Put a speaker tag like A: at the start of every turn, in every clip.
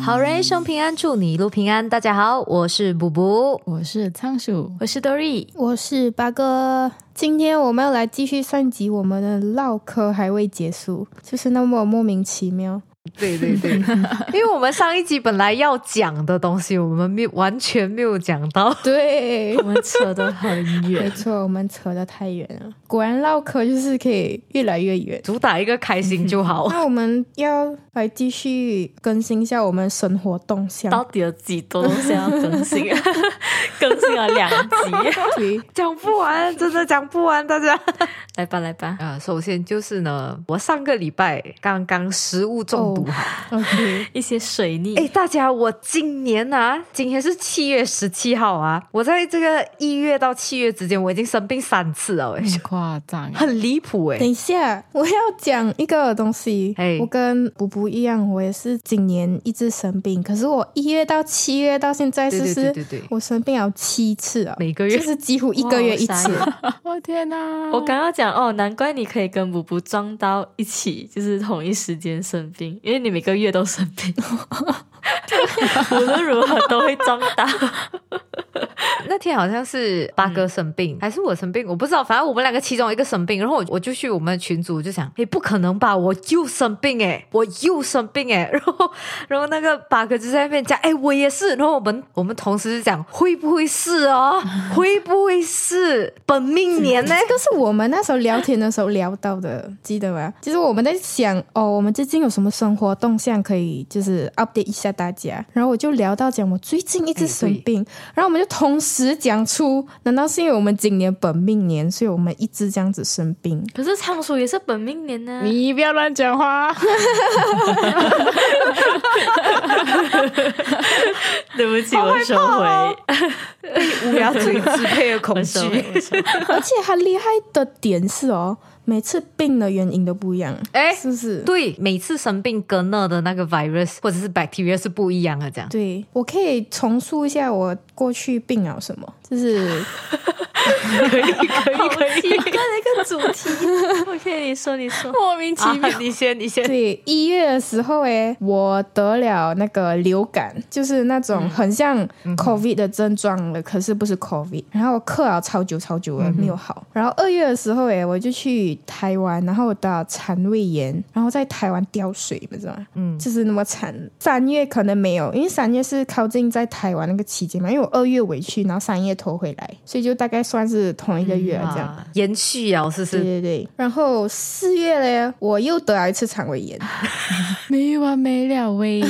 A: 好人一生平安，祝你一路平安。大家好，我是补补，
B: 我是仓鼠，
A: 我是 Dory。
C: 我是八哥，今天我们要来继续上集，我们的唠嗑还未结束，就是那么莫名其妙。
A: 对对对， 因为我们上一集本来要讲的东西，我们没有完全没有讲到。
C: 对，
B: 我们扯得很
C: 没
B: 远。
C: 错，我们扯得太远了。果然唠嗑就是可以越来越远。
A: 主打一个开心就好。
C: 那我们要来继续更新一下我们生活动 向。
B: 到底有几多东西要更新？啊更新了两集，
C: 对
A: 讲不完，真的讲不完，大家。
B: 来吧来吧，
A: 啊，首先就是呢，我上个礼拜刚刚食物中毒
C: 哦
A: 哈。
C: ，OK，
B: 一些水逆
A: 哎，大家，我今年啊，今天是七月十七号啊，我在这个一月到七月之间，我已经生病三次了，哎，
B: 很夸张啊，
A: 很离谱哎
C: 等。一下，我要讲一个东西
A: 嘿。
C: 我跟补补一样，我也是今年一直生病，可是我一月到七月到现在，
A: 对
C: 是
A: 对
C: 不
A: 对
C: 是？
A: 对对，
C: 我生病有七次啊，
A: 每个月
C: 就是几乎一个月一次。
B: 哇。我傻眼
D: 我哦天哪！
B: 我刚刚讲哦，难怪你可以跟补补撞到一起，就是同一时间生病，因为你每个月都生 病，无论如何都会撞到。
A: 那天好像是八哥生病、还是我生病，我不知道。反正我们两个其中一个生病，然后我我就去我们群组就想，诶，哎不可能吧，我又生病诶，欸我又生病诶。 然后然后那个八哥就在那边讲，诶，我也是。然后我们我们同时就讲，会不会是 哦？会不会是本命年呢？
C: 这个是我 们那时候聊天的时候聊到的，记得吗？就是我们在想，哦，我们最近有什么生活动向可以就是 update 一下大家。然后我就聊到讲我最近一直生病，然后我们就同时讲出，难道是因为我们今年本命年，所以我们一直这样子生病？
B: 可是仓鼠也是本命年呢、
D: 你不要乱讲话，
B: 对不起，我收回，
A: 无聊嘴支配的恐
B: 我收回
A: 惧。，
B: 我收回。
C: 而且他厉害的点是哦，每次病的原因都不一样，
A: 诶，
C: 是不是？
A: 对，每次生病跟那的那个 virus 或者是 bacteria 是不一样的，这样。
C: 对，我可以重述一下我过去病了什么，就是
B: 可以可以可以，奇怪的一个主题。OK，你 说你说，
D: 莫名其
A: 啊
D: 妙。，
A: 你先，你先。
C: 对，一月的时候，诶，我得了那个流感，就是那
A: 嗯
C: 种很像 COVID 的症状了，可是不是 COVID。然后我咳了超久超久了，没有
A: 嗯
C: 好。然后二月的时候，诶，我就去台湾，然后我得了肠胃炎，然后在台湾吊水，你知道吗？
A: 嗯
C: 就是那么惨。三月可能没有，因为三月是靠近在台湾那个期间嘛，因为我二月尾去，然后三月头回来，所以就大概算是同一个月了这样。
A: 啊，延续啊，是不
C: 对
A: 是？
C: 对对，然后四月嘞，我又得了一次肠胃炎，
D: 没完没了喂！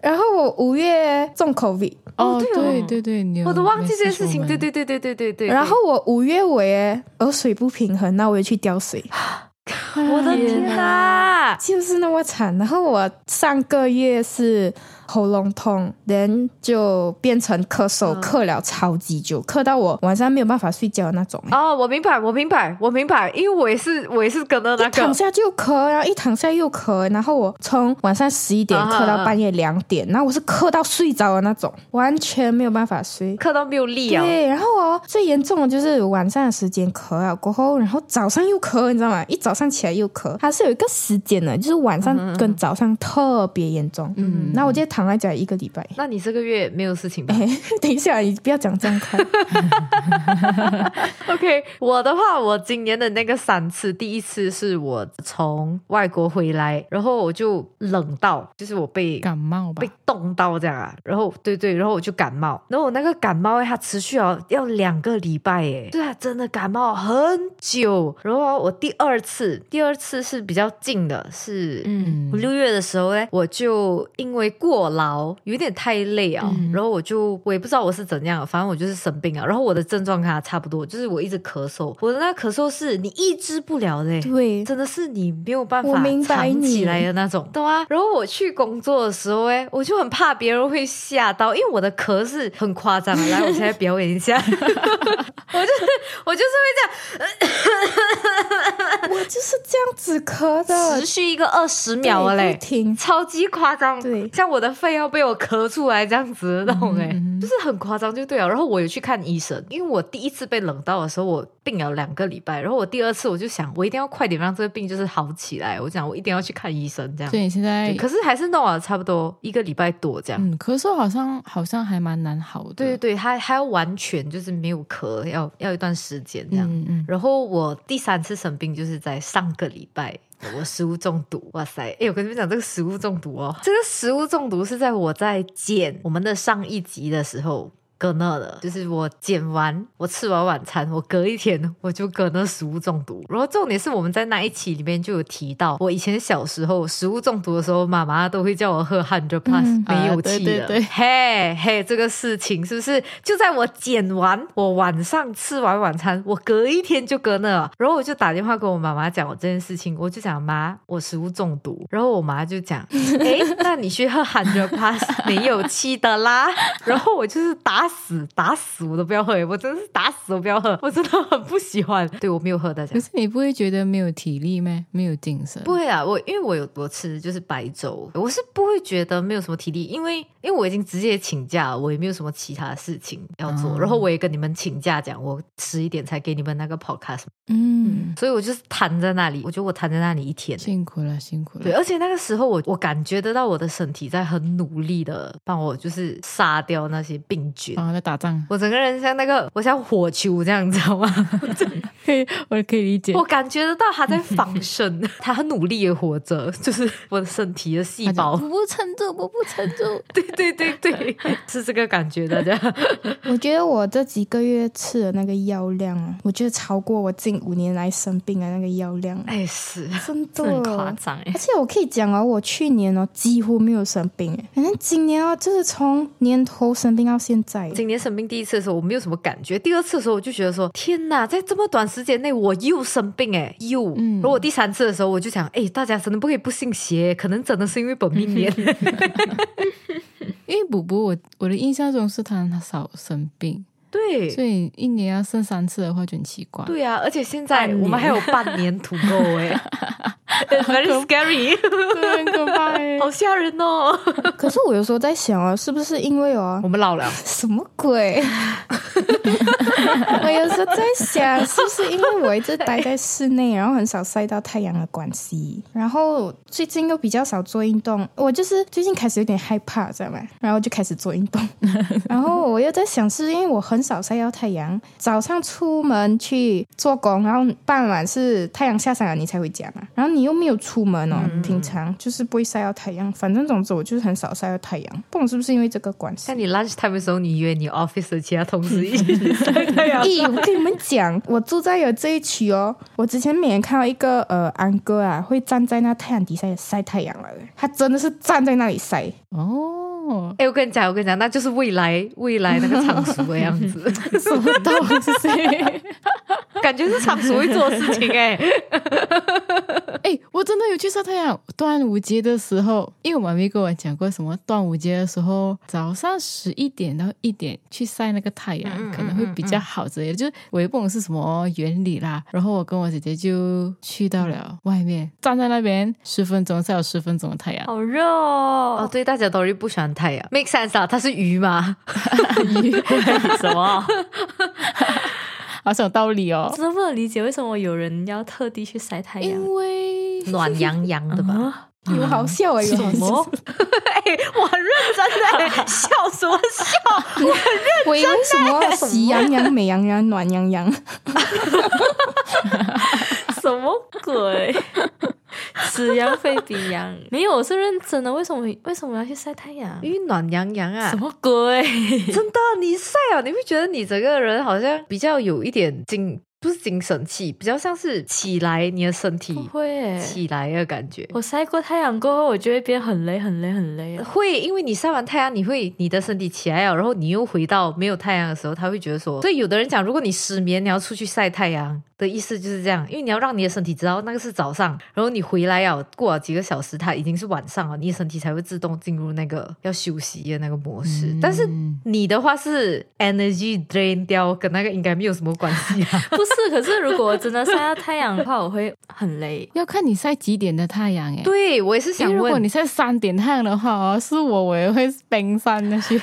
C: 然后我五月中 COVID，
D: 哦，
A: 对哦
D: 对对对，你有
A: 我都忘记这件
D: 没
A: 事
D: 说
A: 情。
D: 完
A: 对对对对对对对。
C: 然后我五月尾饵水不平衡，那我又去吊水，
A: 我的天哪！
C: 就是那么惨。然后我上个月是喉咙痛，人就变成咳嗽，咳了超级久，咳到我晚上没有办法睡觉的那种。
A: 哦，我明白，我明白，我明白，因为我也是，我也是跟着那
C: 一躺
A: 个，
C: 下就咳，然后一躺下又咳，然后我从晚上十一点
A: 啊哈
C: 咳到半夜两点，然后我是咳到睡着的那种，完全没有办法睡。
A: 课到没有力啊。
C: 对，然后哦，最严重的就是晚上的时间咳啊，过后，然后早上又咳，你知道吗？一早上起来又咳，它是有一个时间的，就是晚上跟早上特别严重。嗯，那我就躺在家里一个礼拜。
A: 那你这个月没有事情吧
C: 等一下，你不要讲这 样快。
A: ？OK，我的话，我今年的那个三次，第一次是我从外国回来，然后我就冷到，就是我被
D: 感冒吧
A: 被？冻到这样啊，然后对对，然后我就感冒，然后我那个感冒欸它持续了要两个礼拜诶，对啊，真的感冒很久。然后我第二次，第二次是比较近的，是
B: 嗯
A: 我六月的时候呢，我就因为过劳，有点太累啊、然后我就我也不知道我是怎样，反正我就是生病啊。然后我的症状跟他差不多，就是我一直咳嗽，我的那咳嗽是你抑制不了的欸，
C: 对，
A: 真的是你没有办
C: 我
A: 法
C: 明白
A: 藏起
C: 你
A: 来的那种，懂啊？然后我去工作的时候，哎，我就很怕别人会吓到，因为我的咳是很夸张 的。来，我现在表演一下，我就是我就是
C: 我就是这样子咳
A: 会
C: 的
A: 持，续一个二十秒了
C: 对
A: 嘞
C: 不，停。
A: 超级夸张，
C: 对
A: 像我的肺要被我咳出来这样子的那种哎。
C: 嗯
A: 就是很夸张就对了。然后我有去看医生，因为我第一次被冷到的时候，我病了两个礼拜。然后我第二次我就想，我一定要快点让这个病就是好起来。我讲我一定要去看医生这样
D: 嗯所。以现在
A: 对可是还是弄了差不多一个礼拜多这样。嗯
D: 嗯，咳嗽好像好像还蛮难好的。
A: 对对对，还还要完全就是没有咳，要要一段时间这样。
D: 嗯嗯，
A: 然后我第三次生病就是在上个礼拜，我食物中毒。哇塞！哎，我跟你们讲，这个食物中毒哦，这个食物中毒是在我在剪我们的上一集的时候。割那的，就是我剪完，我吃完晚餐，我隔一天我就割那食物中毒。然后重点是我们在那一期里面就有提到，我以前小时候食物中毒的时候，妈妈都会叫我喝 hundred plus，、
D: 嗯
A: 没有
D: 啊对
A: 气
D: 对
A: 的，
D: 对
A: 嘿嘿，这个事情是不是就在我剪完，我晚上吃完晚餐，我隔一天就割那了，然后我就打电话跟我妈妈讲我这件事情，我就讲妈，我食物中毒，然后我妈就讲，诶，那你去喝 hundred plus 没有气的啦，然后我就是打死打死我都不要喝，我真的是打死我不要喝，我真的很不喜欢，对我没有喝大家
D: 可。是你不会觉得没有体力咩？没有精神？
A: 不，会啊，我因为我有我吃就是白粥，我是不会觉得没有什么体力，因为因为我已经直接请假了，我也没有什么其他事情要做，
D: 哦
A: 然后我也跟你们请假讲，我十一点才给你们那个 podcast，
C: 嗯，
A: 所以我就是瘫在那里，我觉得我瘫在那里一天。
D: 辛苦了，辛苦了。
A: 对，而且那个时候我我感觉得到我的身体在很努力的帮我就是杀掉那些病菌，
D: 啊，在打仗，
A: 我整个人像那个我像火球这样，你知道吗？
D: 我可以理解
A: 我感觉得到他在仿生， 他很努力的活着，就是我的身体的细胞
D: 我不撑住，我不撑住。
A: 对对对对， 是这个感觉，大家。
C: 我觉得我这几个月吃的那个药量啊，我觉得超过我近五年来生病的那个药量， 啊
A: 哎，是，
C: 真
A: 这很夸
C: 的。
A: 张哎
B: 欸
C: 而。且我可以讲哦，我去年哦几乎没有生病，哎，反正今年哦就是从年头生病到现在，
A: 今年生病第一次的时候，我没有什么感觉；第二次的时候，我就觉得说：“天哪，在这么短时间内，我又生病哎，又。
D: 嗯
A: 然后我第三次的时候，我就想：“哎，大家真的不可以不信邪，可能真的是因为本命 年。
D: 因为补补，我我的印象中是他很少生病，所
A: 对
D: 以一年要生三次的话就很奇怪。
A: 对啊，而且现在
B: 半年
A: 我们还有半年土够 哎，It's，very scary，
D: 对，很可怕欸
A: 好吓人哦。
C: 可是我有时候在想哦，是不是因为哦
A: 我们老了，
C: 什么鬼？ 我有时候在想，是不是因为我一直待在室内，然后很少晒到太阳的关系？然后最近又比较少做运动，我就是最近开始有点害怕，知道吗？然后就开始做运动。然后我又在想，是因为我很少晒到太阳，早上出门去做工，然后傍晚是太阳下山了你才回家嘛，然后你又没有出门哦，平常就是不会晒到太阳。反正总之我就是很少晒到太阳，不懂是不是因为这个关系
A: 像？你 lunch time 的时候，你约你 office 的其他同事一起 晒太 阳。
C: 咦，哎我跟你们讲，我住在有这一区哦。我之前每天看到一个呃安哥啊，会站在那太阳底下晒太阳了的，他真的是站在那里晒。
D: 哦，
A: 哎、我跟你讲，我跟你讲，那就是未来未来那个仓鼠的样 子，
D: 什么东西？
A: 感觉是仓鼠会做的事情哎、
D: 哎，我真的有去晒太阳。端午节的时候，因为我妈咪跟我讲过，什么端午节的时候早上十一点到一点去晒那个太阳，
A: 嗯嗯
D: 可能会比较好之类的。就是我也不懂是什么原理啦。然后我跟我姐姐就去到了外面，站在那边十分钟，晒了十分钟的太阳。
B: 好热
A: 哦，
B: 哦，
A: 对，大家都是不喜欢太阳，make sense 啊，它是鱼 嘛，
B: 什么？
D: 好像有道理哦
B: 我。真的不能理解为什么有人要特地去晒太阳。
D: 因为
A: 暖洋洋的吧？
B: 啊
C: 有好笑啊，有好
B: 什
C: 笑。
B: 么？
A: 哎、我很认真哎、 笑什么笑？
C: 我以为什么喜羊羊、美羊羊、暖羊羊，
B: 什么鬼？ 此羊非彼羊，没有，我是认真的。为什么为什么要去晒太阳？
A: 因为暖洋洋啊
B: 什，么鬼？
A: 真的，你晒啊，你会觉得你整个人好像比较有一点精，不是精神气，比较像是起来你的身
B: 不
A: 体
B: 会欸、
A: 起来的感觉。
B: 我晒过太阳过后，我就会变很累，很累，很累。啊
A: 会，因为你晒完太阳，你会你的身体起来了，然后你又回到没有太阳的时候，他会觉得说，所以有的人讲，如果你失眠，你要出去晒太阳的意思就是这样，因为你要让你的身体知道那个是早上，然后你回来啊，过了几个小时，它已经是晚上了，你的身体才会自动进入那个要休息的那个模式。嗯但是你的话是 energy drain 掉，跟那个应该没有什么关系啊。
B: 不是是，可是如果我真的晒到太阳的话，我会很 累。
D: 要看你晒几点的太阳 哎。
A: 对我也是
D: 因为
A: 想
D: 如果
A: 问
D: 你晒三点太阳的话哦，是我我也会冰山的 去。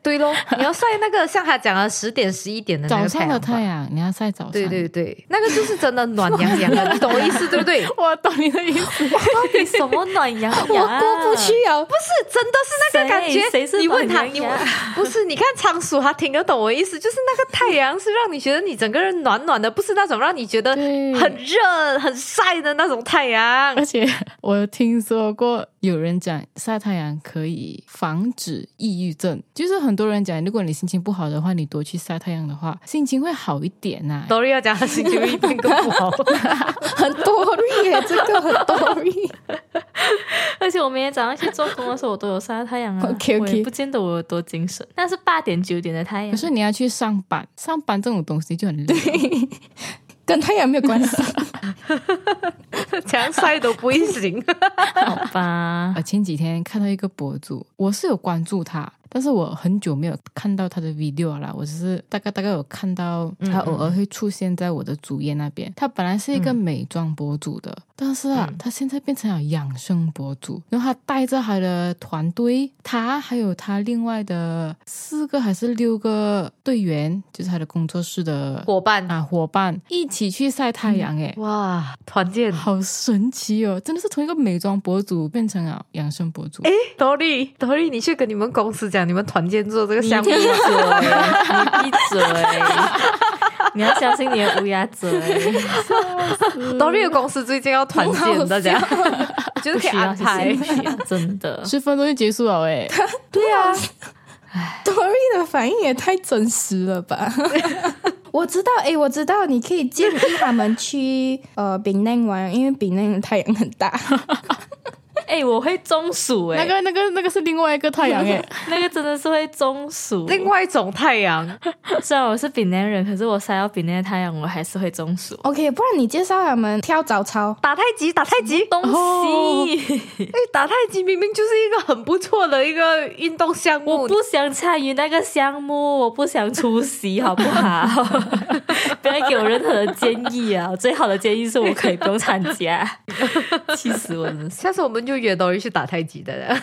A: 对喽，你要晒那个像他讲的十点十一点的那
D: 早
A: 个
D: 上的
A: 吧
D: 太阳，你要晒早上。
A: 对对对，那个就是真的暖洋洋的，你 懂我意思对不对？
D: 我懂你的意思。
B: 到底什么暖洋洋、啊？
C: 我过不去。啊！
A: 不是，真的是那个感觉
B: 谁。谁是
A: 你问他，
B: 暖洋
A: 你问
B: 洋
A: 不是？你看仓鼠，它听得懂我意思，就是那个太阳是让你觉得你整个人暖暖的，不是那种让你觉得
D: 对
A: 很热、很晒的那种太阳
D: 而。且我有听说过有人讲晒太阳可以防止抑郁症，就是很多人讲，如果你心情不好的话，你多去晒太阳的话，心情会好一点啊呐、
A: d o r y 要讲他心情一定更不好，
C: 很多虑耶，这个很多虑。
B: 而且我每天早上去做工的时候，我都有晒到太阳啊。
C: OK，OK
B: 我也不见得我有多精神，但是八点九点的太阳。
D: 可是你要去上班，上班这种东西就很累。
C: 跟太阳没有关系。
A: 怎样晒都不会行。
B: 好 吧
A: 嗯
D: 我，啊前几天看到一个博主，我是有关注他，但是我很久没有看到他的 video 了啦。我只是大概大概有看到
A: 嗯
D: 他偶尔会出现在我的主页那边。他本来是一
A: 嗯
D: 个美妆博主的，但是啊，他现在变成了养生博主。然后他带着他的团队，他还有他另外的四个还是六个队员，就是他的工作室的
A: 伙伴，嗯
D: 啊伙伴，一起去晒太阳诶、
A: 哇，团建。
D: 好神奇哦！真的是从一个美妆博主变成了养生博主。
A: 哎，Dory，Dory，你去跟你们公司讲，你们团建做这个
B: 你
A: 项目
B: 闭嘴，你闭嘴，你要相信你的乌鸦 嘴。
A: Dory 的公司最近要团建，大 家，我觉得
B: 不
A: 可
B: 需
A: 以
B: 要，
A: 安排
B: 谢。谢不需要真 的。
D: 十分钟就结束了哎、
C: 对啊，Dory 的反应也太真实了吧！ 我知道，哎，我知道，你可以建议他们去呃丙内玩，因为丙内的太阳很大。
B: 哎、我会中暑
D: 那
B: 哎、
D: 个、那个、那个是另外一个太阳哎、
B: 那个真的是会中暑。
A: 另外一种太 阳，
B: 虽然我是丙南人，可是我晒到丙南的太阳，我还是会中暑。
C: OK，不然你介绍他们跳早操。
A: 打太极， 打太极，
B: 东西，
A: 哎，打太极明明就是一个很不错的一个运动项目。
B: 我不想参与那个项目，我不想出 席，好不好？不要给我任何的建议啊！我最好的建议是我可以不用参加， 气死我了！
A: 下次我们就约 Dory 去打太极 的人，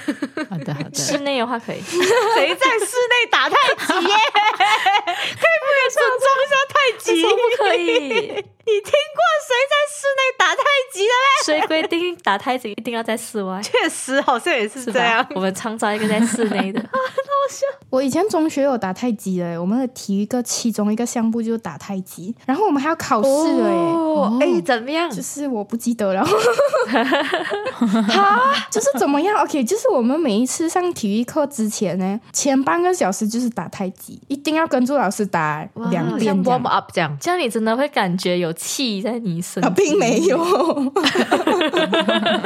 D: 好的好的，
B: 室内的话可以，
A: 谁在室内打太极耶？可以不可 以尊重一下太
B: 为
A: 极？
B: 什么不可以？
A: 你听过谁在室内打太极的嘞？
B: 谁规定打太极一定要在室外？
A: 确实好像也是
B: 是
A: 这样
C: 啊
B: 吧？。我们创造一个在室内 的，
C: 我以前中学有打太极的，我们的体育课其中一个项目就是打太极，然后我们还要考试哎、
A: 哦，哎，怎么样？
C: 就是我不记得了， 就是怎么样？OK，就是我们每一次上体育课之前呢，前半个小时就是打太极，一定要跟住老师打两
A: 像
C: 遍这
A: warm
C: 样。
A: up 这样。
B: 这样你真的会感觉有气在你身
C: 啊，
B: 体，
C: 并没有，
B: 这样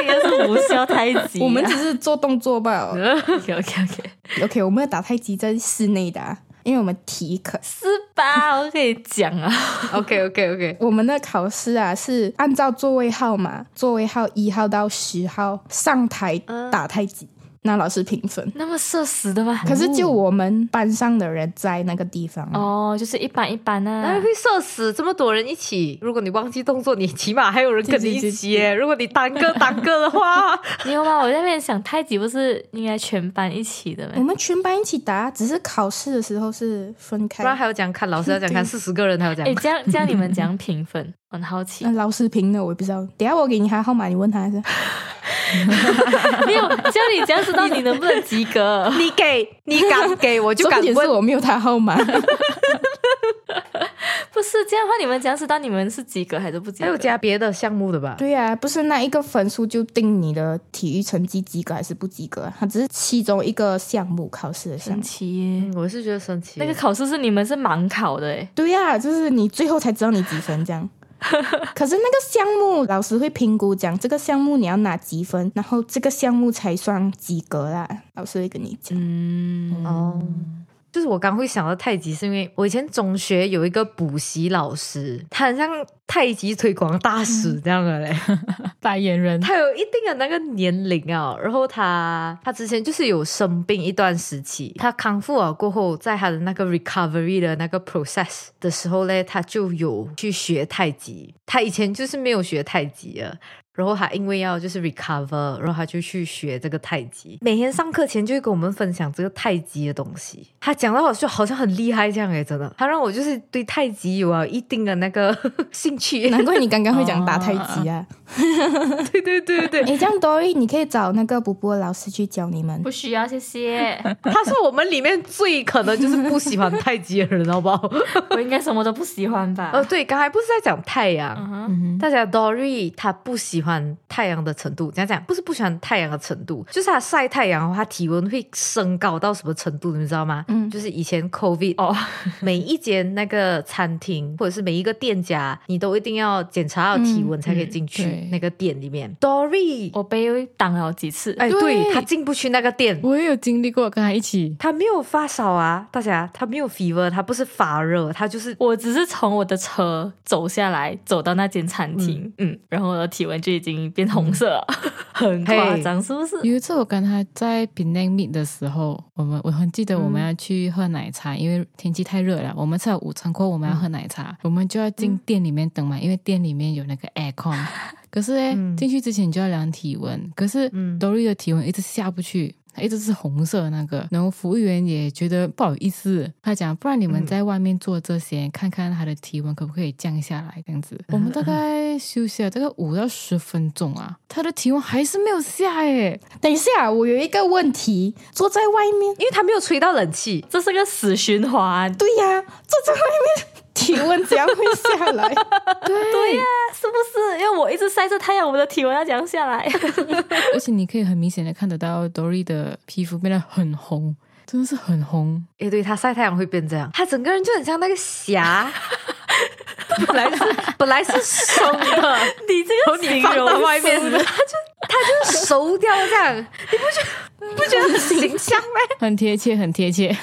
B: 你也是无效太极啊、
C: 我们 只是做动作罢了。
B: OK OK OK，
C: OK，我们的打太极在室内打、啊，因为我们体育课，
B: 是吧？我跟你讲啊，
A: OK OK OK，
C: 我们的考试啊是按照座位号码，座位号一号到十号上台打太极，那老师评分。
A: 哦
B: 那么社死的吗？
C: 可是就我们班上的人在那个地方啊，
B: 哦，就是一般一般
A: 当
B: 啊
A: 然。会社死，这么多人一起，如果你忘记动作，你起码还有人跟你一起耶。如果你单个单个的 话，
B: 你有吗？我在那边想，太极不是应该全班一起的
C: 我
B: 吗？
C: 们全班一起打，只是考试的时候是分
A: 不然
C: 开。
A: 还有讲看老师要讲看四十个人还有讲
B: 哎，这样这样你们怎样评分？很好奇
C: 那，老师评的我也不知道，等一下我给你他号码，你问他一下。
B: 没有，这样你怎样知道你能不能及格
A: ？你给你敢给我就
C: 重
A: 敢
C: 点是
A: 问，
C: 我没有他 号码，
B: 不是这样的话，你们怎样知道你们是及格还是不及
A: 还有
B: 格？
A: 加别的项目的吧？
C: 对呀、啊，不是那一个分数就定你的体育成绩及格还是不及格啊，它只是其中一个项目考试的项
B: 神
C: 目。
B: 奇耶！
A: 嗯，我是觉得神奇。
B: 那个考试是你们是盲考的哎，
C: 对呀、就是你最后才知道你几分这样。可是那个项目老师会评估讲这个项目你要拿几分，然后这个项目才算及格啦。老师会跟你讲。
B: 嗯，
A: 哦，就是我刚会想到太极，是因为我以前中学有一个补习老师，他很像太极推广大使这样的嘞。
D: 代言人，
A: 他有一定的那个年龄啊，然后他他之前就是有生病一段时期，他康复了过后，在他的那个 recovery 的那个 process 的时候嘞，他就有去学太极。他以前就是没有学太极的，然后他因为要就是 recover，然后他就去学这个太极。每天上课前就会跟我们分享这个太极的东西，他讲到我就好像很厉害这样诶，真的，他让我就是对太极有啊一定的那个 兴趣。
C: 难怪你刚刚会讲打太极啊！
A: 对对对对，
C: 诶，这样 Dory 你可以找那个波波老师去教你们
B: 不。需要，谢谢。
A: 他是我们里面最可能就是不喜欢太极的人，好不好？
B: 我应该什么都不喜欢吧？
A: 呃，对，刚才不是在讲太阳，
B: 嗯哼，
D: 嗯
A: 大家 Dory 她不喜欢太阳的程度，讲讲不是不喜欢太阳的程度，就是她晒太阳的话，她体温会升高到什么程度，你们知道吗？
C: 嗯
A: 就是以前 COVID
B: 哦，
A: 每一间那个餐厅或者是每一个店家，你都一定要检查到体温才可以进去
D: 嗯对
A: 那个店里面。Dory，
B: 我被挡了几次。
A: 哎，对，
D: 对
A: 她进不去那个店
D: 哼，。我也有经历过，跟他一起，
A: 她没有发烧啊，大家，她没有 fever，她不是发热，她就是
B: 我只是从我的车走下来，走到那间餐厅，嗯然后我的体温就已经变红色了， 很夸张，是不是？
D: 有一次我跟他在 Penang meet 的时候，我们我很记得我们要去喝奶茶，因为天气太热了。我们吃了午餐过后，我们要喝奶茶，我们就要进店里面等嘛，因为店里面有那个 aircon。可是诶，进去之前你就要量体温，可是 Dory 的体温一直下不去。她一直是红色的那个，然后服务员也觉得不好意思，他讲不然你们在外面做这些，看看他的体温可不可以降下来，这样子。我们大概休息了大概五到十分钟啊，他的体温还是没有下诶。
C: 等一下，我有一个问题，坐在外面，
A: 因为他没有吹到冷气，
B: 这是个死循环，
C: 对呀、坐在外面，体温怎样会下来？
B: 对呀、是不是？因为我一直晒着太阳，我们的体温要降下 来。
D: 而且你可以很明显的看得到 Dory 的皮肤变得很红，真的是很红。
A: 诶，对，他晒太阳会变这样，他整个人就很像那个 霞，本来是本来是生的，
B: 你这个形
A: 放
B: 容
A: 到外面，
B: 词
A: 他就他就熟掉这样，你不觉得不觉得很形象吗？
D: 很贴切，很贴切。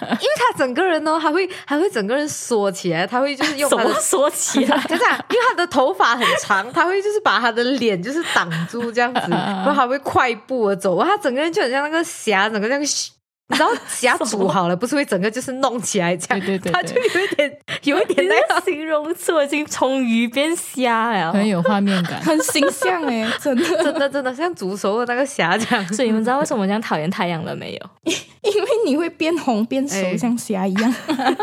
A: 因为他整个人呢、还会还会整个人缩起来，他会就是用
B: 怎
A: 他
B: 么
A: 的。
B: 说起来？
A: 就这样，因为他的头发很长，他会就是把他的脸就是挡住这样 子，然后还会快步的走，他整个人就很像那个霞，整个像个嘘，你知道霞煮好了，不是会整个就是弄起来这样，
D: 对对对对
A: 他就有一点有一点
B: 你
A: 那
B: 这
A: 样
B: 个形容词我已经从鱼变虾了。
D: 很有画面 感。
C: 很形象哎、真的，
A: 真的真的像煮熟的那个虾这 样。
B: 所以你们知道为什么我这样讨厌太阳了没有？
C: 因为你会变红变熟，
A: 哎
C: 像虾一样。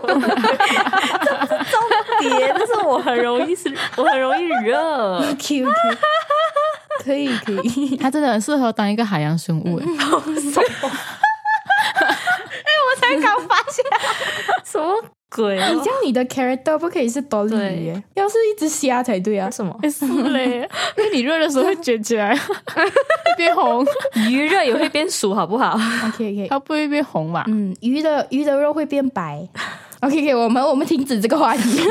B: 别，但是我很容易是，我很容易热。
C: Q Q，可以可以，
D: 它真的很适合当一个海洋生 物。
A: 才刚发现，
B: 什么鬼、啊？
C: 你这样你的 character 不可以是多利鱼耶，要是一只虾才对啊
B: 为。什么？
D: 是嘞，因为你热的时候会卷起来，会变 红，
B: 鱼热也会变熟，好不好？
C: OK OK，
D: 它不会变红嘛？
C: 嗯，鱼的鱼的肉会变白。OK OK，我们我们停止这个话题。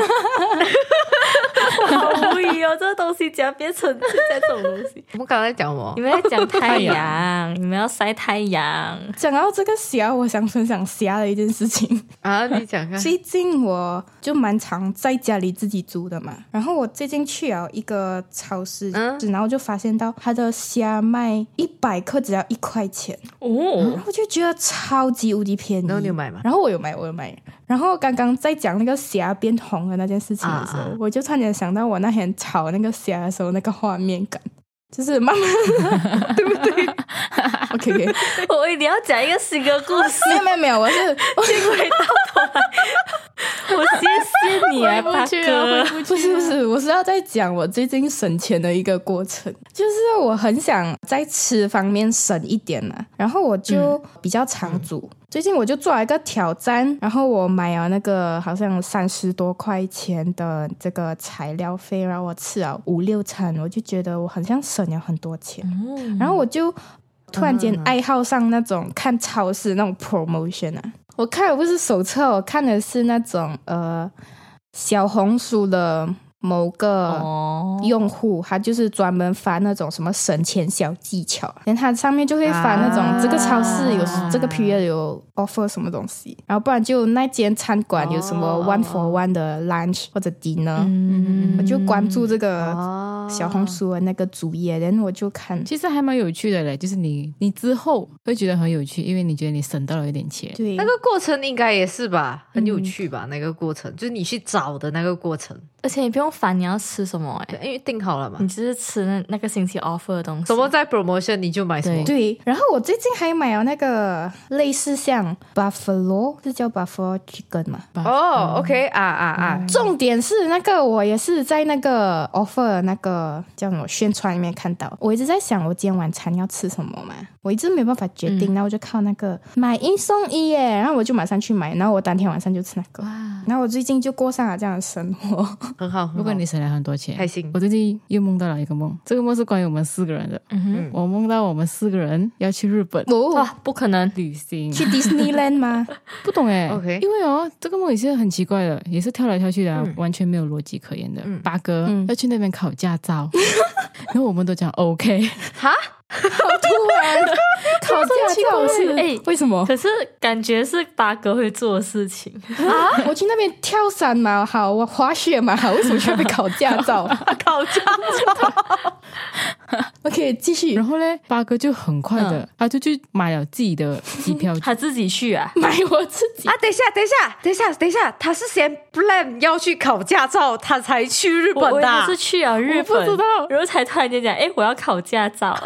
B: 好无语哦，这个东西怎样变成现在这种东西？
A: 我们刚才讲什 么
B: 你？们要讲太阳，你们要晒太阳。
C: 讲到这个虾，我想分享虾的一件事情。
A: 啊，你讲看。
C: 最近我就蛮常在家里自己煮的嘛，然后我最近去了一个超市，
A: 嗯
C: 然后就发现到它的虾卖一百克只要一块钱，
B: 哦
C: 然，后就觉得超级无敌便宜。
A: 然后你有买吗
C: 然后我有买，我有买。然后刚刚在讲那个虾变红的那件事情的时候，
A: 啊啊
C: 我就突然间想到我那天炒那个虾的时候那个画面感，就是慢慢， 对不 对？OK OK，
B: 我一定要讲一个新的故 事，
C: 没有没有没有，我是
B: 我谢谢你啊，
D: 回
B: 八
D: 不去了，
B: 哥。
D: 回
C: 不
D: 不去啊
C: 是不
D: 了。
C: 是，我是要在讲我最近省钱的一个过程，就是我很想在吃方面省一点啦、然后我就比较常煮。
B: 嗯
C: 最近我就做了一个挑战，然后我买了那个好像三十多块钱的这个材料费，然后我吃了五六餐，我就觉得我好像省了很多钱，
B: 嗯
C: 然后我就。突然间爱好上那种看超市那种 promotion 啊，我看的不是手册，我看的是那种呃小红书的某个
B: 哦，
C: 用户，他就是专门发那种什么省钱小技巧，连他上面就会发那种、
A: 啊
C: 这个超市有这个 period 有 offer 什么东西，然后不然就那间餐馆有什么
A: 哦
C: one for one 的 lunch 或者 dinner，、
D: 嗯
C: 我就关注这个
A: 哦，
C: 小红书的那个主页，然后我就看。
D: 其实还蛮有趣的嘞，就是你你之后会觉得很有趣，因为你觉得你省到了一点钱。
C: 对，
A: 那个过程应该也是吧，很有趣吧？那个过程就是你去找的那个过程，
B: 而且你不用烦你要吃什么、
A: 对
B: 哎，
A: 因为定好了嘛
B: 你，就是吃那那个星期 offer 的东西。
A: 什么在 promotion 你就买什么。
C: 对，然后我最近还买了那个类似像 buffalo，是叫 buffalo chicken 嘛？
A: 哦，OK 啊啊啊，
C: 重点是那个我也是在那个 offer 的那个叫什么宣传里面看到，我一直在想我今天晚餐要吃什么嘛，我一直没办法决定，然后我就靠那个买一送一耶，然后我就马上去买，然后我当天晚上就吃那个，然后我最近就过上了这样的生活，
A: 很好。很好
D: 如果你省了很多钱，
A: 开心
D: 我最近又梦到了一个梦，这个梦是关于我们四个人的。我梦到我们四个人要去日本
C: 哦，
B: 哇，不可能！
D: 旅行，
C: 去 Disneyland 吗？
D: 不懂哎、
A: OK 嗯
D: 因为哦，这个梦也是很奇怪的，也是跳来跳去的啊、完全没有逻辑可言的。八哥、要去那边考驾照， 然后我们都讲 OK，
A: 哈，
C: 突然 考驾照是
B: 哎
C: 为什么？
B: 可是感觉是八哥会做的事 情，
C: 啊！我去那边跳伞嘛好，我滑雪嘛好，为什么去那边考驾照
B: 啊
A: 考驾照，
C: ？OK，继续
D: 然后嘞，八哥就很快
A: 嗯
D: 的，他就去买了自己的 机票
B: 他自己去啊。
C: 买我自己
A: 啊，等一下，等一下，等一下，等一下，他是先 plan 要去考驾照，他才去日
B: 我
A: 本
B: 我
A: 的
B: 也
A: 啊。
B: 是去了日
D: 我
B: 本，
D: 不知道
B: 然后才突然间讲，哎，我要考驾照。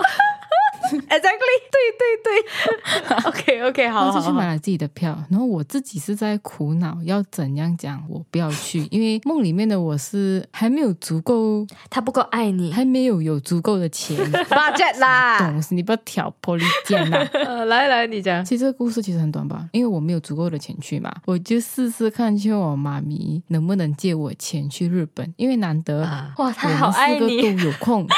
A: Exactly，对对对。OK OK，好
D: 他
A: 好
D: 就去
A: 好
D: 买。了自己的票，然后我自己是在苦恼要怎样讲我不要 去，因为梦里面的我是还没有足够，
B: 他不够爱你，
D: 还没有有足够 的钱，
A: budget 啦。
D: 懂是你不要挑拨离间啊啦。
A: 呃，来来，你讲。
D: 其实这个故事其实很短吧，因为我没有足够的钱去嘛，我就试试看，去问我妈咪能不能借我钱去日本，因为难得
A: 啊
B: 哇，他好爱
D: 我们四
B: 你。
D: 个都有空，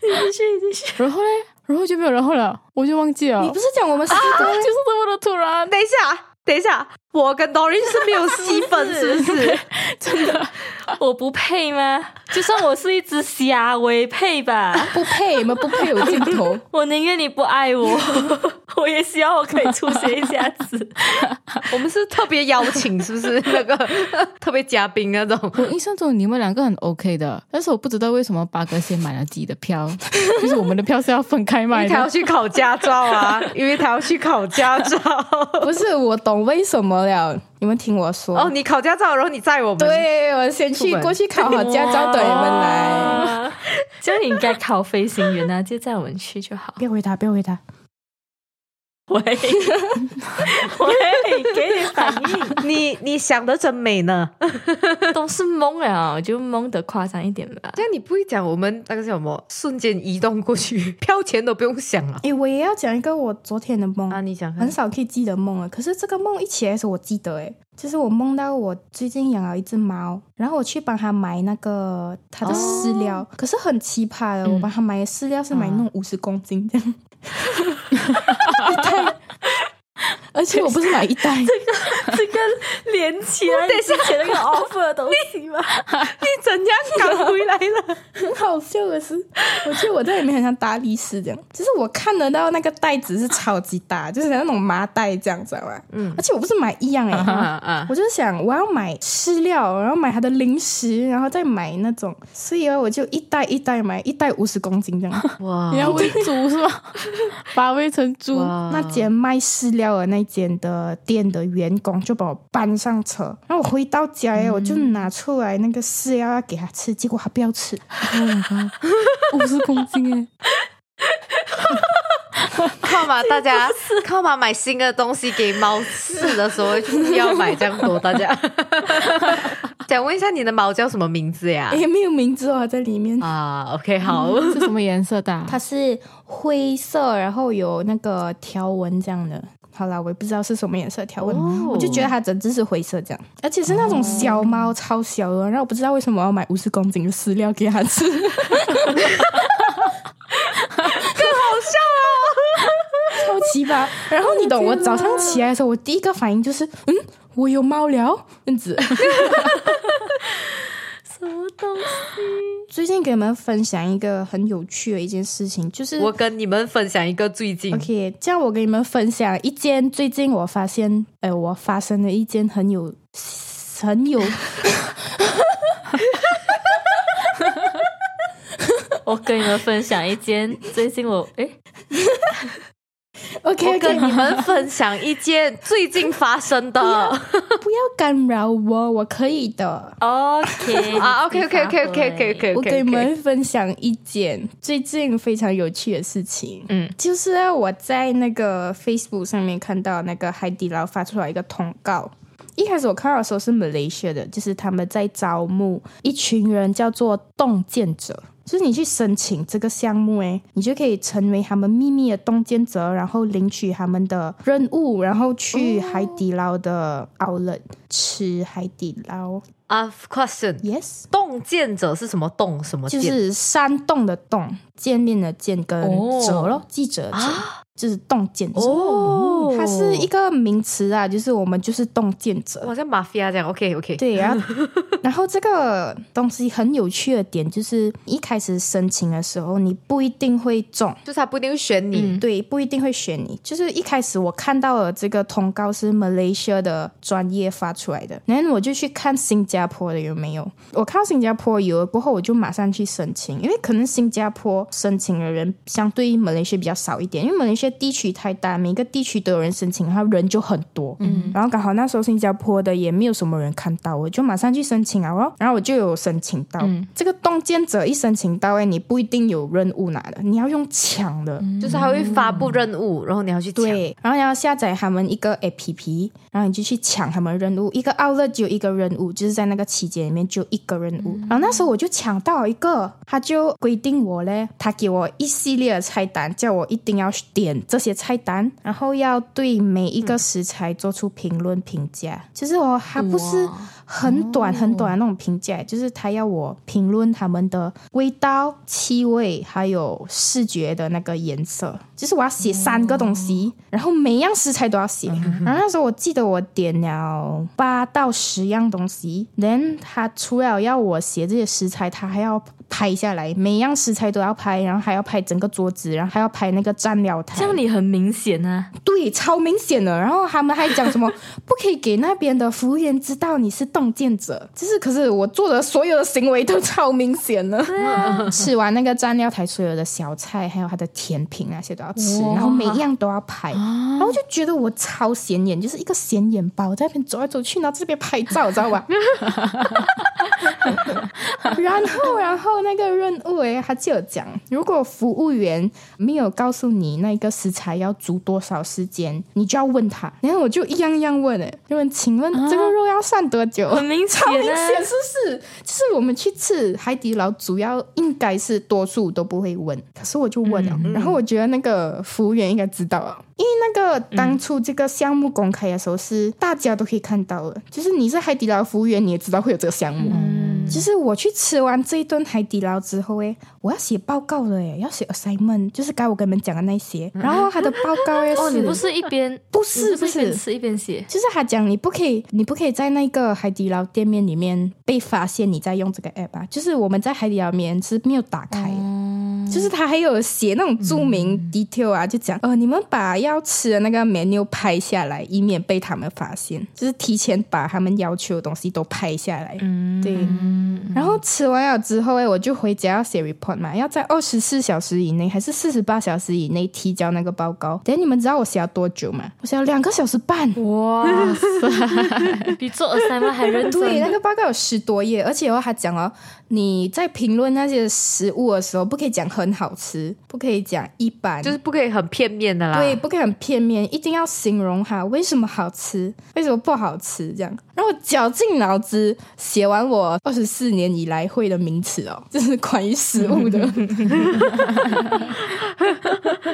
B: 继续继续，
D: 然后嘞，然后就没有然后了，我就忘记了，
C: 你不是讲我们四个
D: 就是这么的突然，
A: 等一下，等一下，我跟 Doris 是没有戏份，是不是？
B: 我不配吗？就算我是一只虾，我也配吧。
C: 不配，你们不配有镜头
B: 我宁愿你不爱我， 我也希望我可以出现一下子。
A: 我们是特别邀请，是不是？那个特别嘉宾那种。
D: 我印象中你们两个很 OK 的，但是我不知道为什么八哥先买了自己的票，就是我们的票是要分开
A: 因
D: 买
A: 为他要
D: 的。
A: 去考驾照啊，因为他要去考驾照。
C: 不是我懂为什么了，你们听我说。
A: 哦，你考驾照，然后你载我们。，
C: 对，我先去
A: 出门
C: 过去考好驾照，等你们来。
B: 哇，就你应该考飞行员啊，就载我们去就好。
C: 不要回答，不要回答。
B: 喂喂，给你反应，
A: 你你想的真美呢。
B: 都是懵了，就懵得夸张一点吧。
A: 这样你不会讲我们那个叫什么瞬间移动过去， 票钱都不用想了
C: 诶，我也要讲一个我昨天的梦，
A: 啊！你讲看
C: 很少可以记得梦了。可是这个梦一起来的时候，我记得诶，就是我梦到我最近养了一只猫，然后我去帮它买那个它的饲料，可是很奇葩的，我帮它买的饲料是买那种五十公斤 这样，一袋，而且我不是买一 袋，
B: 这个连起来，之前那 个 offer 的东西吗？
A: 你怎样赶回来 了？
C: 很好笑的是， 我觉得我在里面很像大力士这样，就是我看得到那个袋子是超级大，就是那种麻袋这样，知道吗？嗯，而且我不是买一样哎、
A: 啊啊！
C: 我就是想我要买饲料，然后买它的零食，然后再买那种，所以啊，我就一袋一袋买，一袋五十公斤这样。
A: 哇
D: 你要喂猪是吧？把它喂成猪，
C: 那 间卖饲料的那间的店的员工就把我搬上车，然后我回到家
A: 嗯
C: 耶，我就拿出来那个饲料要给它吃，结果它不要吃，
A: Oh
D: 五十公斤 哎！
A: 靠嘛，大家靠嘛，买新的东西给猫吃的时候就是要买这样多，大 家。想问一下你的猫叫什么名字呀？
C: 也没有名字哦在里面。
A: 啊，OK，好，
D: 是什么颜色的啊？
C: 它是灰色，然后有那个条纹这样的。好啦，我也不知道是什么颜色条纹
A: 哦
C: 我就觉得它整只是灰色这样，而且是那种小猫，超小的。然后我不知道为什么我要买五十公斤的饲料给它 吃，哦超奇葩。然后你懂，我早上起来的时候，我第一个反应就是，嗯，我有猫粮，这样子。
B: 什么东西？
C: 最近给你们分享一个很有趣的一件事情，就是
A: 我跟你们分享一个最近
C: OK，这样我给你们分享一件最近我发现，呃，我发生的一件很有 很有，
B: 我跟你们分享一间最近我诶
C: OK，,
A: 我
C: o
A: 跟
C: k
A: 你们分享一件最近发生的
C: 不要干扰我，我可以的。
B: OK
A: 啊，OK OK OK OK OK OK，
C: 我给你们分享一件最近非常有趣的事情，
A: 嗯，
C: 就是啊我在那个 Facebook 上面看到那个海底捞发出来一个通告。一开始我看到的时候是 Malaysia 的，就是他们在招募一群人叫做洞见者，就是你去申请这个项目，诶，你就可以成为他们秘密的洞见者，然后领取他们的任务，然后去海底捞的 outlet 吃海底捞。
A: 啊，question，
C: Yes，
A: 洞见者是什么洞什么
C: 就
A: 见？
C: 是山洞的洞，见面的见跟
A: 哦啊
C: 者咯，记者的者，就是洞见者。
A: 哦
C: 它是一个名词啊，就是我们就是洞见者。
A: 好像马菲亚这样，OK OK，
C: 对，然后 然后这个东西很有趣的点就是，一开始申请的时候你不一定会中，
A: 就是他不一定会选你，
C: 对，不一定会选你。就是一开始我看到了这个通告是 Malaysia 的专业发出来的，然后我就去看新加坡的有没有。我看到新加坡有了过后，我就马上去申请，因为可能新加坡申请的人相对于 Malaysia 比较少一点，因为 Malaysia 地区太大，每个地区都有人申请，然后人就很多。嗯，然后刚好那时候新加坡的也没有什么人看到，我就马上去申请啊，然后然后我就有申请到。这个洞见者一申请到，哎，你不一定有任务拿的，你要用抢的。
A: 就是他会发布任务，然后你要去抢。
C: 对，然后你要下载他们一个 APP，然后你就去抢他们任务。一个 outlet 只有一个任务，就是在那个期间里面只有一个任务。
A: 嗯
C: 然后那时候我就抢到一个，他就规定我嘞，他给我一系列的菜单，叫我一定要点这些菜单，然后要对每一个食材做出评论评价。就是哦，他不是
D: 哇
C: 很短很短的那种评价，就是他要我评论他们的味道、气味，还有视觉的那个颜色，就是我要写三个东西，然后每样食材都要写。然后那时候我记得我点了八到十样东西，然他除了要我写这些食材，他还要拍下来，每样食材都要拍，然后还要拍整个桌子，然后还要拍那个蘸料台。
B: 这样你很明显啊，
C: 对，超明显的。然后他们还讲什么 不可以给那边的服务员知道你是洞见者，就是可是我做的所有的行为都超明显了。吃完那个蘸料台所有的小菜，还有它的甜品那些都要吃，然后每一样都要拍。然后我就觉得我超显眼，就是一个显眼包，我在那边走来走去，然后这边拍照，知道吧？然后， 然后那个任务诶，他就有讲，如果服务员没有告诉你那个食材要煮多少时间，你就要问他。然后我就一样一样问诶，就问，请问这个肉要涮多 久？
B: 很明显
C: 超明
B: 啊
C: 显，。是不是？就是我们去吃海底捞，主要应该是多数都不会问，可是我就问了，然后我觉得那个服务员应该知道了，因为那个当初这个项目公开的时候是大家都可以看到的，就是你是海底捞服务员，你也知道会有这个项目。
B: 嗯
C: 就是我去吃完这一顿海底捞之后，诶，我要写报告了，诶，要写 assignment，就是刚才我跟你们讲的那些。然后他的报告诶，
B: 嗯哦，你不是一边
C: 不
B: 你
C: 是
B: 不
C: 不
B: 是一边
C: 是
B: 吃一边写，
C: 就是他讲你不可以，你不可以在那个海底捞店面里面被发现你在用这个 app 啊。就是我们在海底捞面是没有打开的，就是他还有写那种注明 detail 啊，就讲呃，你们把要吃的那个 menu 拍下来，以免被他们发现，就是提前把他们要求的东西都拍下来。嗯，对。然后吃完了之后，哎，我就回家要写 report 嘛，要在二十四小时以内还是四十八小时以内提交那个报告。等你们知道我写了多久吗？我写了两个小时半。
D: 哇 塞！
B: 比做 assignment 还认真。
C: 对，那个报告有十多页，而且哦，还讲哦，你在评论那些食物的时候，不可以讲很好吃，不可以讲一般，
A: 就是啊不可以很片面的啦。
C: 对，，不可以很片面，一定要形容它为什么好吃，为什么不好吃这样。然后我绞尽脑汁写完我二十四年以来会的名词哦， 就是关于食物
A: 嗯
C: 的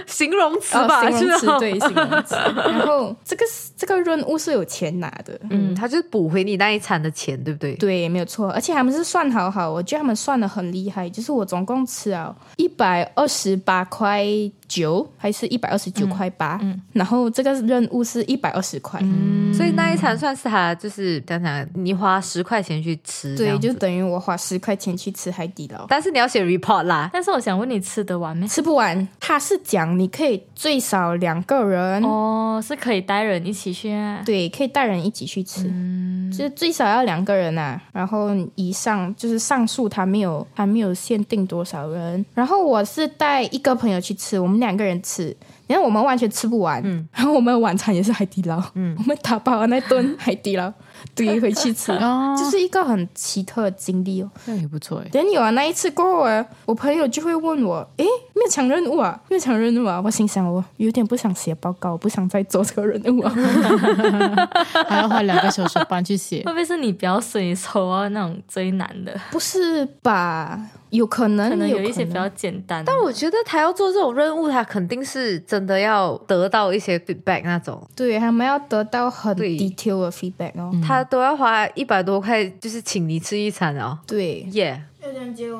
A: 形容词
C: 哦
A: 吧，
C: 形 容
A: 是
C: 词
A: 吧，
C: 对，形容词。然后这个这个任务是有钱拿的，
A: 嗯，他就是补回你那一餐的钱，对不对？
C: 对，没有错，而且他们是算好啊好，我觉得他们算的很厉害。就是我总共吃了一百二十八块九还是一百二十九块八、
A: 嗯
C: 然后这个任务是一百二十块，
A: 所以那一餐算是他就是讲讲，你花十块钱去吃，这
C: 对，
A: 样
C: 就
A: 子
C: 等于我花十块钱去吃海底捞。
A: 但是你要写 report 啦，
B: 但是我想问你吃得完没？
C: 吃不完，他是讲你可以最少两个人，
B: 哦，是可以带人一起去啊。
C: 嗯对，可以带人一起去吃，就是最少要两个人啊。然后以上就是上述他没有他没有限定多少人。然后我是带一个朋友去吃，我们两个人吃，然后我们完全吃不完。然后我们晚餐也是海底捞， 我们打包了那顿海底捞怼回去吃，
D: 哦，
C: 就是一个很奇特的经历哦。
D: 那也不错哎。
C: 等有啊，那一次过后啊，我朋友就会问我，诶，没有抢任务啊，没有抢任务啊。我心想，我有点不想写报告，我不想再做这个任务啊。
D: 还要花两个小时半去写
B: 会，不会是你表水抽啊那种最难的？
C: 不是吧？有可能，
B: 可能
C: 有
B: 有一些比较简单的。但
A: 我觉得他要做这种任务，他肯定是真的要得到一些 feedback 那种，
C: 对，他们要得到很
A: 对
C: detail 的 feedback 哦。
A: 他都要花一百多块，就是请你吃一餐哦。
C: 对，
A: 耶、
C: 要这样结尾。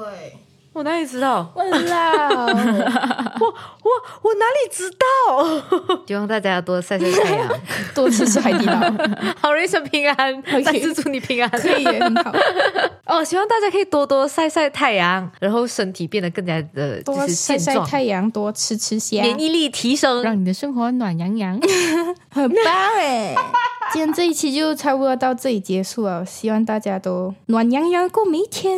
A: 我哪里知道？
C: 哇啦，
A: 我我我哪里知道？希望大家多晒晒太阳，
C: 多吃吃海底捞，
A: 好人一生平 安，再次祝你平安。
C: 可以也很好。
A: 哦，希望大家可以多多晒晒太阳，然后身体变得更加的呃就
C: 多
A: 是
C: 晒
A: 健
C: 晒
A: 壮，
C: 太阳，多吃吃虾，
A: 免疫力提升。
D: 让你的生活暖洋洋。
C: 很棒哎！今天这一期就差不多到这里结束了，希望大家都暖洋洋过每一 天。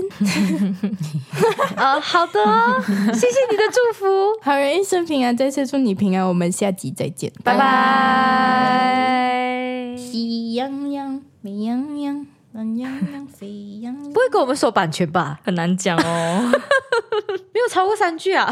A: 呃，好的 哦， 谢谢你的祝福，
C: 好人一生平安，再次祝你平安，我们下集再见，
A: 拜。拜。
C: 喜羊羊，美羊羊，暖洋洋，沸羊羊
A: 不。会跟我们收版权吧？
B: 很难讲哦。
A: 没有超过三句啊。